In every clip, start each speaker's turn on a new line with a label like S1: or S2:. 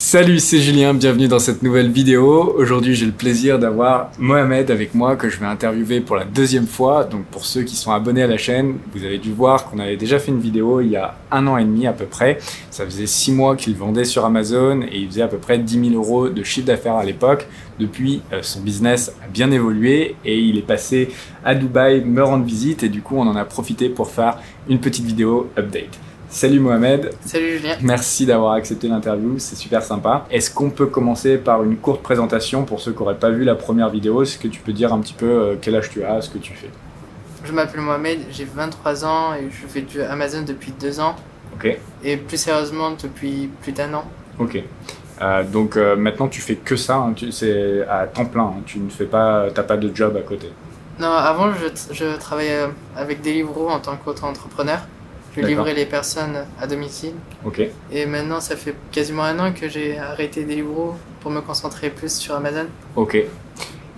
S1: Salut, c'est Julien, bienvenue dans cette nouvelle vidéo. Aujourd'hui, j'ai le plaisir d'avoir Mohamed avec moi que je vais interviewer pour la deuxième fois. Donc pour ceux qui sont abonnés à la chaîne, vous avez dû voir qu'on avait déjà fait une vidéo il y a un an et demi à peu près. Ça faisait six mois qu'il vendait sur Amazon et il faisait à peu près 10 000 euros de chiffre d'affaires à l'époque. Depuis, euh, son business a bien évolué et il est passé à Dubaï me rendre visite et du coup, on en a profité pour faire une petite vidéo update. Salut Mohamed,
S2: Salut Julien.
S1: Merci d'avoir accepté l'interview, c'est super sympa. Est-ce qu'on peut commencer par une courte présentation pour ceux qui n'auraient pas vu la première vidéo Est-ce que tu peux dire un petit peu euh, quel âge tu as, ce que tu fais
S2: Je m'appelle Mohamed, j'ai 23 ans et je fais du Amazon depuis deux ans
S1: Ok.
S2: et plus sérieusement depuis plus d'un an.
S1: Ok. Euh, donc euh, maintenant tu fais que ça, hein, tu- c'est à temps plein, hein, tu ne fais pas, t'as pas de job à côté.
S2: Non, avant je, je travaillais euh, avec Deliveroo en tant qu'auto-entrepreneur. Je
S1: D'accord.
S2: livrais les personnes à domicile
S1: Ok.
S2: et maintenant ça fait quasiment un an que j'ai arrêté Deliveroo pour me concentrer plus sur Amazon.
S1: Ok.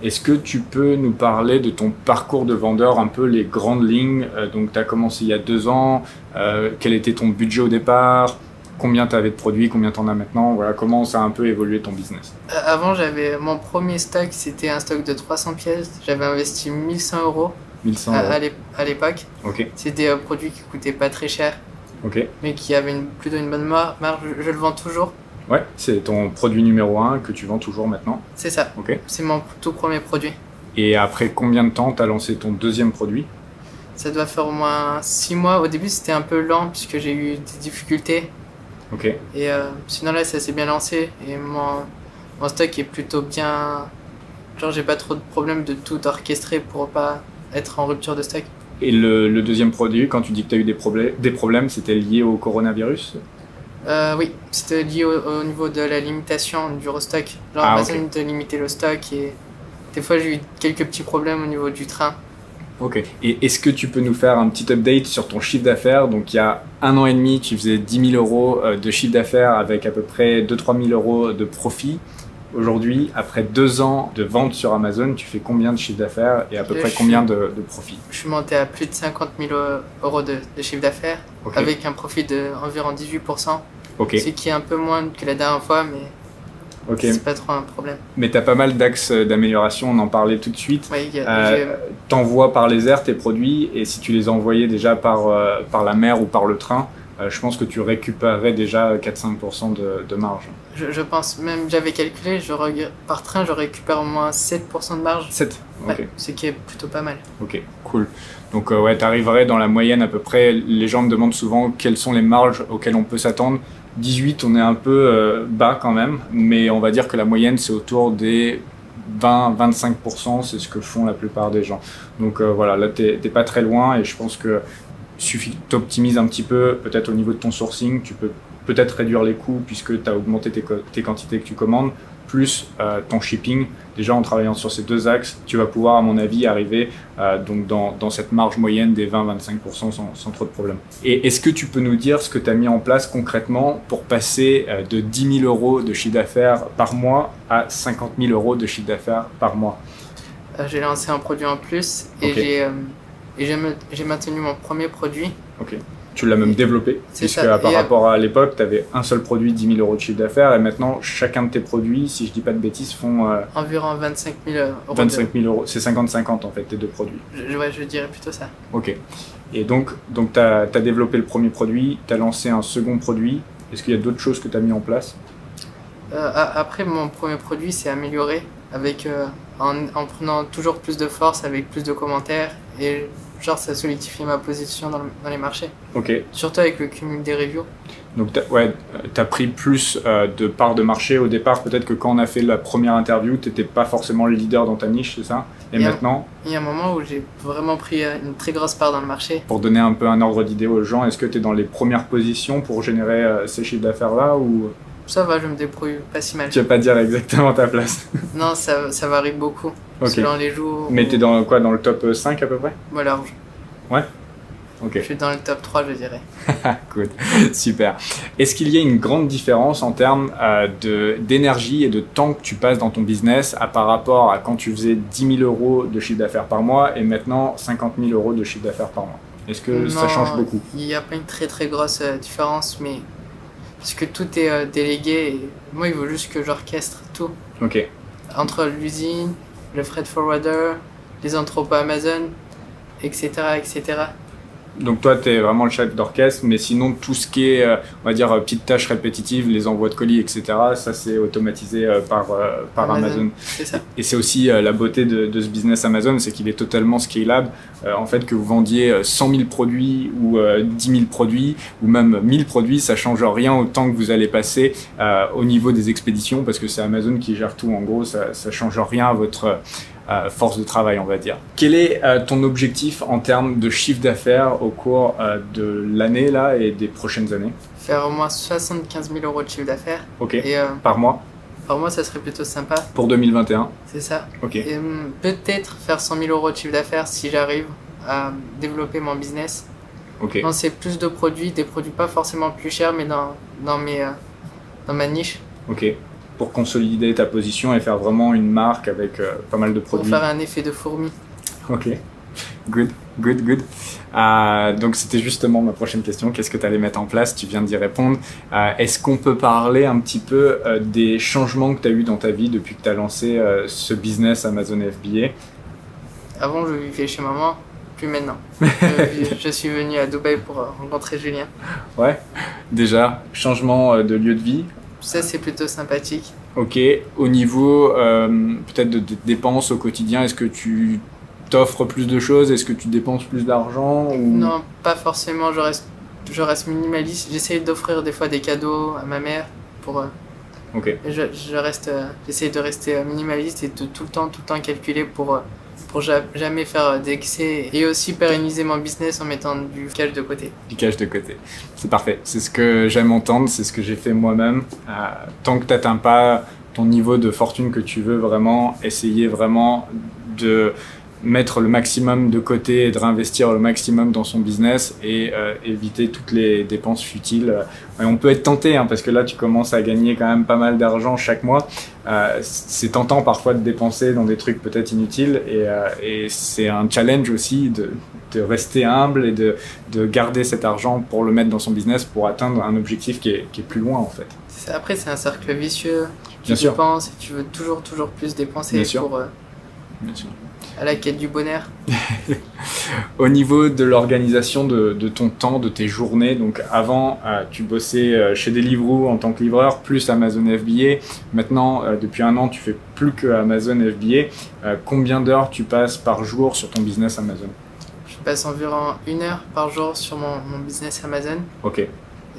S1: Est-ce que tu peux nous parler de ton parcours de vendeur, un peu les grandes lignes Euh, Donc, tu as commencé il y a deux ans. euh, quel était ton budget au départ Combien tu avais de produits Combien tu en as maintenant Voilà, comment ça a un peu évolué ton business
S2: Euh, Avant j'avais mon premier stock, c'était un stock de 300 pièces. J'avais investi 1100 euros
S1: 1100
S2: à, à
S1: euros.
S2: l'ép- à l'époque.
S1: Ok,
S2: C'était un produit qui coûtait pas très cher
S1: ok.
S2: mais qui avait une- plutôt une bonne mar- marge. Je- je le vends toujours.
S1: Ouais, c'est ton produit numéro un que tu vends toujours maintenant.
S2: C'est ça.
S1: Ok.
S2: C'est mon tout premier produit.
S1: Et après combien de temps tu as lancé ton deuxième produit
S2: Ça doit faire au moins 6 mois. Au début, c'était un peu lent puisque j'ai eu des difficultés.
S1: Ok,
S2: Et euh, sinon, là, ça s'est bien lancé. Et mon, mon stock est plutôt bien. Genre, j'ai pas trop de problème de tout orchestrer pour pas être en rupture de stock.
S1: et le, le deuxième produit, quand tu dis que tu as eu des, problè- des problèmes, c'était lié au coronavirus
S2: Euh, oui, c'était lié au, au niveau de la limitation du restock. Genre,
S1: Ah,
S2: Amazon de limiter le stock. Et des fois, j'ai eu quelques petits problèmes au niveau du train.
S1: Ok. Et est-ce que tu peux nous faire un petit update sur ton chiffre d'affaires Donc, il y a un an et demi, tu faisais 10 000 euros euh, de chiffre d'affaires avec à peu près 2-3 000 euros de profit. Aujourd'hui, après deux ans de vente sur Amazon, tu fais combien de chiffre d'affaires et à peu
S2: Je
S1: près
S2: suis-
S1: combien de, de profit
S2: Je suis monté à plus de 50 000 euros de, de chiffre d'affaires
S1: Ok.
S2: avec un profit de environ 18%.
S1: Ok.
S2: Ce qui est un peu moins que la dernière fois, mais
S1: Ok.
S2: c'est pas trop un problème.
S1: Mais tu as pas mal d'axes d'amélioration, on en parlait tout de suite.
S2: Oui, il y a-
S1: Euh, T'envoies par les airs tes produits et si tu les envoyais déjà par, euh, par la mer ou par le train, euh, je pense que tu récupérerais déjà 4-5% de, de marge.
S2: j'ai- je, je pense même, j'avais calculé, je reg- par train, je récupère au moins 7% de marge,
S1: 7 Ok.
S2: Ouais, ce qui est plutôt pas mal.
S1: Ok, cool. Donc euh, ouais, tu arriverais dans la moyenne à peu près. Les gens me demandent souvent quelles sont les marges auxquelles on peut s'attendre. 18, on est un peu euh, bas quand même, mais on va dire que la moyenne, c'est autour des 20-25%, c'est ce que font la plupart des gens. Donc euh, voilà, là, t'es t'es pas très loin et je pense que suffit que t'optimises un petit peu, peut-être au niveau de ton sourcing, tu peux peut-être réduire les coûts puisque tu as augmenté tes, co- tes quantités que tu commandes, plus euh, ton shipping. Déjà, en travaillant sur ces deux axes, tu vas pouvoir, à mon avis, arriver euh, donc dans, dans cette marge moyenne des 20-25% sans, sans trop de problème. Et est-ce que tu peux nous dire ce que tu as mis en place concrètement pour passer euh, de 10 000 euros de chiffre d'affaires par mois à 50 000 euros de chiffre d'affaires par mois
S2: Euh, j'ai lancé un produit en plus et
S1: Ok.
S2: j'ai, euh, et j'ai me- j'ai maintenu mon premier produit.
S1: Tu l'as même développé,
S2: C'est
S1: puisque
S2: ça.
S1: à- par
S2: Et, euh,
S1: rapport à l'époque, tu avais un seul produit, 10 000 euros de chiffre d'affaires, et maintenant, chacun de tes produits, si je dis pas de bêtises, font euh,
S2: Environ 25 000 euros. de-
S1: 25 000 euros. C'est 50-50 en fait, tes deux produits.
S2: je, je- ouais, je dirais plutôt ça.
S1: Ok. Et donc, donc tu as, développé le premier produit, tu as lancé un second produit. Est-ce qu'il y a d'autres choses que tu as mis en place
S2: Euh, a- après, mon premier produit s'est amélioré avec, euh, en, en prenant toujours plus de force, avec plus de commentaires. Et genre, ça solidifie ma position dans, le- dans les marchés.
S1: Ok.
S2: Surtout avec le cumul des reviews.
S1: Donc, t'as- ouais, euh, t'as pris plus euh, de parts de marché au départ. Peut-être que quand on a fait la première interview, t'étais pas forcément le leader dans ta niche, c'est ça Et
S2: Yeah.
S1: maintenant,
S2: Il y a un moment où j'ai vraiment pris euh, une très grosse part dans le marché.
S1: pour donner un peu un ordre d'idée aux gens, est-ce que t'es dans les premières positions pour générer euh, ces chiffres d'affaires-là ou
S2: Ça va, je me débrouille pas si mal.
S1: tu vas pas dire exactement ta place
S2: Non, ça, ça varie beaucoup
S1: Ok.
S2: selon les jours.
S1: Mais t'es dans quoi Dans le top 5 à peu près
S2: Voilà, je-
S1: Ok.
S2: je suis dans le top 3, je dirais.
S1: Good. Super. Est-ce qu'il y a une grande différence en termes euh, de- d'énergie et de temps que tu passes dans ton business à par rapport à quand tu faisais 10 000 euros de chiffre d'affaires par mois et maintenant 50 000 euros de chiffre d'affaires par mois Est-ce que ça
S2: Non,
S1: change beaucoup
S2: Il n'y a pas une très très grosse euh, différence, mais Parce que tout est euh, délégué. Et moi, il faut juste que j'orchestre tout.
S1: Ok.
S2: Entre l'usine, le freight forwarder, les entrepôts Amazon, etc. etc.
S1: Donc toi, tu es vraiment le chef d'orchestre, mais sinon, tout ce qui est, euh, on va dire, euh, petites tâches répétitives, les envois de colis, etc., ça, c'est automatisé euh, par, euh, par
S2: Amazon.
S1: Amazon.
S2: C'est ça.
S1: Et c'est aussi euh, la beauté de, de ce business Amazon, c'est qu'il est totalement scalable. Euh, en fait, que vous vendiez euh, 100 000 produits ou euh, 10 000 produits ou même 1000 produits, ça change rien au temps que vous allez passer euh, au niveau des expéditions parce que c'est Amazon qui gère tout. En gros, ça, ça change rien à votre euh, force de travail, on va dire. Quel est euh, ton objectif en termes de chiffre d'affaires au cours euh, de l'année là et des prochaines années
S2: Faire au moins 75 000 euros de chiffre d'affaires.
S1: Ok.
S2: Et euh,
S1: Par mois
S2: par mois, ça serait plutôt sympa.
S1: pour 2021.
S2: C'est ça.
S1: Ok.
S2: Et, hum, peut-être faire 100 000 euros de chiffre d'affaires si j'arrive à développer mon business.
S1: Ok.
S2: Lancer plus de produits, des produits pas forcément plus chers, mais dans, dans, mes, euh, dans ma niche.
S1: Ok. Pour consolider ta position et faire vraiment une marque avec euh, pas mal de
S2: Pour
S1: produits.
S2: faire un effet de fourmi.
S1: Ok. Good, good, good. Euh, donc c'était justement ma prochaine question. Qu'est-ce que tu allais mettre en place Tu viens d'y répondre. Euh, Est-ce qu'on peut parler un petit peu euh, des changements que tu as eu dans ta vie depuis que tu as lancé euh, ce business Amazon FBA
S2: Avant, je vivais chez maman, plus maintenant. je, je suis venu à Dubaï pour euh, rencontrer Julien.
S1: Ouais. Déjà, changement euh, de lieu de vie.
S2: Ça, c'est plutôt sympathique.
S1: Ok. Au niveau euh, peut-être de tes dépenses au quotidien, est-ce que tu t'offres plus de choses Est-ce que tu dépenses plus d'argent ou...
S2: Non, pas forcément, je reste, je reste minimaliste. J'essaye d'offrir des fois des cadeaux à ma mère. Pour, euh,
S1: Ok.
S2: je, je reste, euh, j'essaye de rester euh, minimaliste et de tout le temps, tout le temps calculer pour, euh, pour ja- jamais faire euh, d'excès et aussi pérenniser mon business en mettant du cash de côté.
S1: du cash de côté. C'est parfait. C'est ce que j'aime entendre, c'est ce que j'ai fait moi-même. Euh, tant que tu n'atteins pas ton niveau de fortune que tu veux vraiment, essayer vraiment de mettre le maximum de côté et de réinvestir le maximum dans son business et euh, éviter toutes les dépenses futiles. Et on peut être tenté, hein, parce que là, tu commences à gagner quand même pas mal d'argent chaque mois. Euh, c'est tentant parfois de dépenser dans des trucs peut-être inutiles et, euh, et c'est un challenge aussi de, de rester humble et de, de garder cet argent pour le mettre dans son business pour atteindre un objectif qui est, qui est plus loin en fait.
S2: C'est- Après, c'est un cercle vicieux. Tu
S1: Bien sûr.
S2: dépenses et tu veux toujours, toujours plus dépenser
S1: Bien sûr.
S2: pour, euh, à la quête du bonheur.
S1: Au niveau de l'organisation de, de ton temps, de tes journées, donc avant euh, tu bossais euh, chez Deliveroo en tant que livreur plus Amazon FBA, maintenant euh, depuis un an tu fais plus que Amazon FBA, Euh, combien d'heures tu passes par jour sur ton business Amazon
S2: Je passe environ une heure par jour sur mon, mon business Amazon
S1: Ok,
S2: et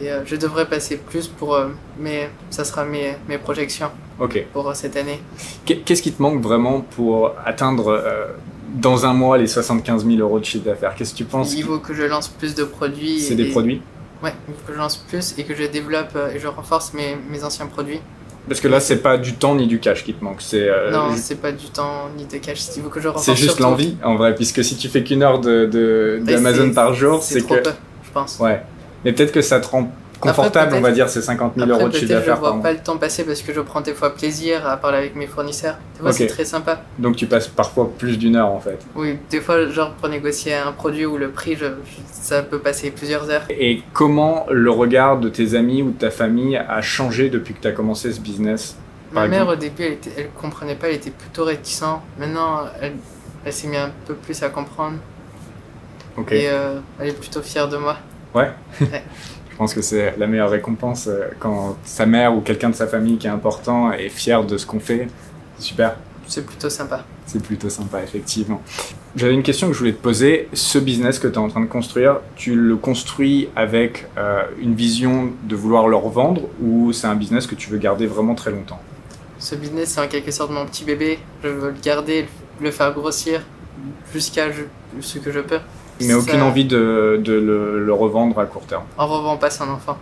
S2: euh, je devrais passer plus pour euh, mais ça sera mes, mes projections
S1: ok.
S2: pour euh, cette année.
S1: Qu'est- Qu'est-ce qui te manque vraiment pour atteindre euh, dans un mois les 75 000 euros de chiffre d'affaires Qu'est-ce que tu penses
S2: Il faut que je lance plus de produits.
S1: C'est des
S2: et-
S1: produits
S2: Ouais, il faut que je lance plus et que je développe euh, et je renforce mes, mes anciens produits.
S1: Parce que là, c'est pas du temps ni du cash qui te manque, c'est euh,
S2: non,
S1: ju-
S2: c'est pas du temps ni de cash. Il faut que je renforce.
S1: c'est juste
S2: surtout-
S1: l'envie en vrai, puisque si tu fais qu'une heure de, de-
S2: Mais
S1: d'Amazon
S2: c'est-
S1: par jour,
S2: C'est
S1: c'est
S2: trop
S1: que
S2: peu, je pense.
S1: ouais. Mais peut-être que ça te rend confortable, on va
S2: peut-être-
S1: dire, ces 50 000 euros de
S2: Après,
S1: chiffre
S2: peut-être je
S1: d'affaires par
S2: vois
S1: mois.
S2: pas le temps passer parce que je prends des fois plaisir à parler avec mes fournisseurs. Des fois,
S1: Ok.
S2: c'est très sympa.
S1: Donc tu passes parfois plus d'une heure en fait.
S2: Oui, des fois, genre pour négocier un produit ou le prix, je- je- ça peut passer plusieurs heures.
S1: Et comment le regard de tes amis ou de ta famille a changé depuis que tu as commencé ce business Par
S2: Ma mère,
S1: exemple
S2: au début, elle, était- elle comprenait pas, elle était plutôt réticente. Maintenant, elle, elle s'est mise un peu plus à comprendre
S1: Ok,
S2: et euh, elle est plutôt fière de moi.
S1: je pense que c'est la meilleure récompense euh, quand sa mère ou quelqu'un de sa famille qui est important est fier de ce qu'on fait. Super.
S2: C'est plutôt sympa.
S1: C'est plutôt sympa, effectivement. J'avais une question que je voulais te poser. Ce business que tu es en train de construire, tu le construis avec euh, une vision de vouloir le revendre ou c'est un business que tu veux garder vraiment très longtemps
S2: Ce business, c'est en quelque sorte mon petit bébé. Je veux le garder, le faire grossir jusqu'à je- ce que je peux.
S1: Mais
S2: Ça-
S1: aucune envie de, de le, le revendre à court terme.
S2: En revend pas un enfant.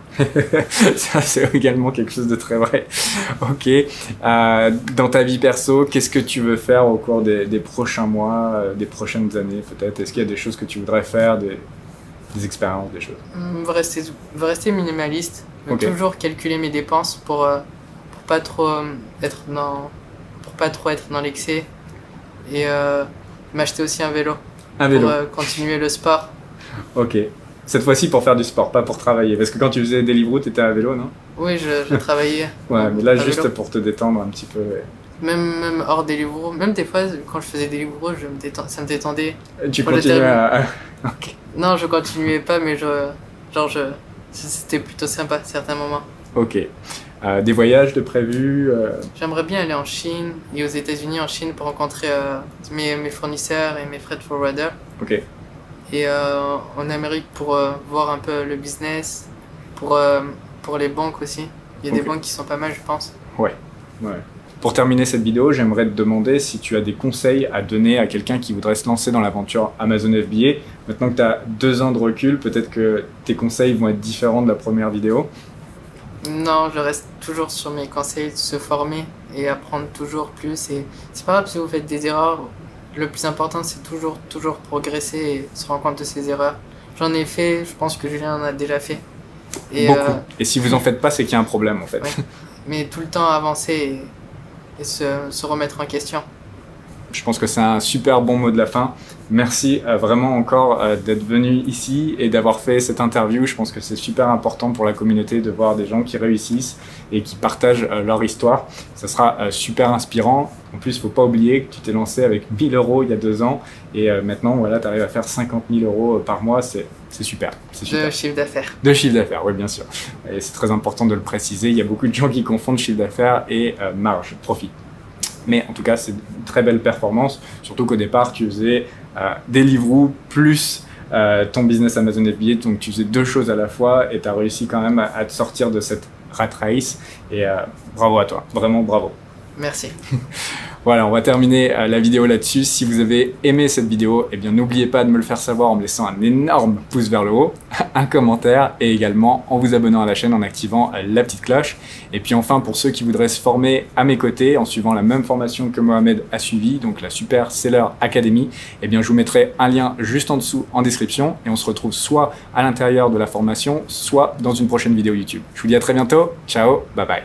S1: Ça, c'est également quelque chose de très vrai. ok. Euh, dans ta vie perso, qu'est-ce que tu veux faire au cours des, des prochains mois, euh, des prochaines années peut-être Est-ce qu'il y a des choses que tu voudrais faire, des, des expériences, des choses
S2: Hum, Je veux rester, je veux rester minimaliste. Je veux
S1: Ok.
S2: toujours calculer mes dépenses pour, euh, pour pas trop euh, être dans, pour pas trop être dans l'excès et euh, m'acheter aussi un vélo.
S1: Un vélo.
S2: pour euh, continuer le sport.
S1: Ok. Cette fois-ci pour faire du sport, pas pour travailler. Parce que quand tu faisais Deliveroo, t'étais à vélo, non
S2: Oui, je, je travaillais.
S1: Ouais, mais là,
S2: à
S1: juste
S2: vélo.
S1: pour te détendre un petit peu.
S2: Même, même hors Deliveroo, même des fois, quand je faisais Deliveroo, je me détends, ça me détendait.
S1: Et Tu
S2: Moi, j'étais
S1: continuais à.
S2: Non, je continuais pas, mais je, genre, je, c'était plutôt sympa à certains moments.
S1: Ok. Euh, des voyages de prévus euh,
S2: J'aimerais bien aller en Chine et aux États-Unis en Chine pour rencontrer euh, mes, mes fournisseurs et mes freight forwarders.
S1: Ok.
S2: Et euh, en Amérique pour euh, voir un peu le business, pour, euh, pour les banques aussi. Il y a
S1: Ok.
S2: des banques qui sont pas mal, je pense.
S1: Pour terminer cette vidéo, j'aimerais te demander si tu as des conseils à donner à quelqu'un qui voudrait se lancer dans l'aventure Amazon FBA. Maintenant que tu as deux ans de recul, peut-être que tes conseils vont être différents de la première vidéo.
S2: Non, je reste toujours sur mes conseils de se former et apprendre toujours plus. Et c'est pas grave si vous faites des erreurs. Le plus important, c'est toujours, toujours progresser et se rendre compte de ses erreurs. J'en ai fait, je pense que Julien en a déjà fait. Et,
S1: Beaucoup.
S2: euh,
S1: Et si vous en faites pas, c'est qu'il y a un problème en fait.
S2: Ouais. mais tout le temps avancer et, et se, se remettre en question.
S1: Je pense que c'est un super bon mot de la fin. Merci euh, vraiment encore euh, d'être venu ici et d'avoir fait cette interview. Je pense que c'est super important pour la communauté de voir des gens qui réussissent et qui partagent euh, leur histoire. Ça sera euh, super inspirant. En plus, faut pas oublier que tu t'es lancé avec 1000 euros il y a deux ans et euh, maintenant, voilà, tu arrives à faire 50 000 euros euh, par mois. C'est c'est super. C'est super.
S2: de chiffre d'affaires.
S1: De chiffre d'affaires, oui, bien sûr. Et c'est très important de le préciser. Il y a beaucoup de gens qui confondent chiffre d'affaires et euh, marge, profit. Mais en tout cas, c'est une très belle performance, surtout qu'au départ, tu faisais euh, Deliveroo plus euh, ton business Amazon FBA, donc tu faisais deux choses à la fois et tu as réussi quand même à, à te sortir de cette rat race. Et euh, bravo à toi, vraiment bravo.
S2: Merci.
S1: Voilà, on va terminer euh, la vidéo là-dessus. Si vous avez aimé cette vidéo, eh bien n'oubliez pas de me le faire savoir en me laissant un énorme pouce vers le haut, un commentaire et également en vous abonnant à la chaîne en activant euh, la petite cloche. Et puis enfin, pour ceux qui voudraient se former à mes côtés en suivant la même formation que Mohamed a suivi, donc la Super Seller Academy, eh bien je vous mettrai un lien juste en dessous en description et on se retrouve soit à l'intérieur de la formation, soit dans une prochaine vidéo YouTube. Je vous dis à très bientôt. Ciao, bye bye.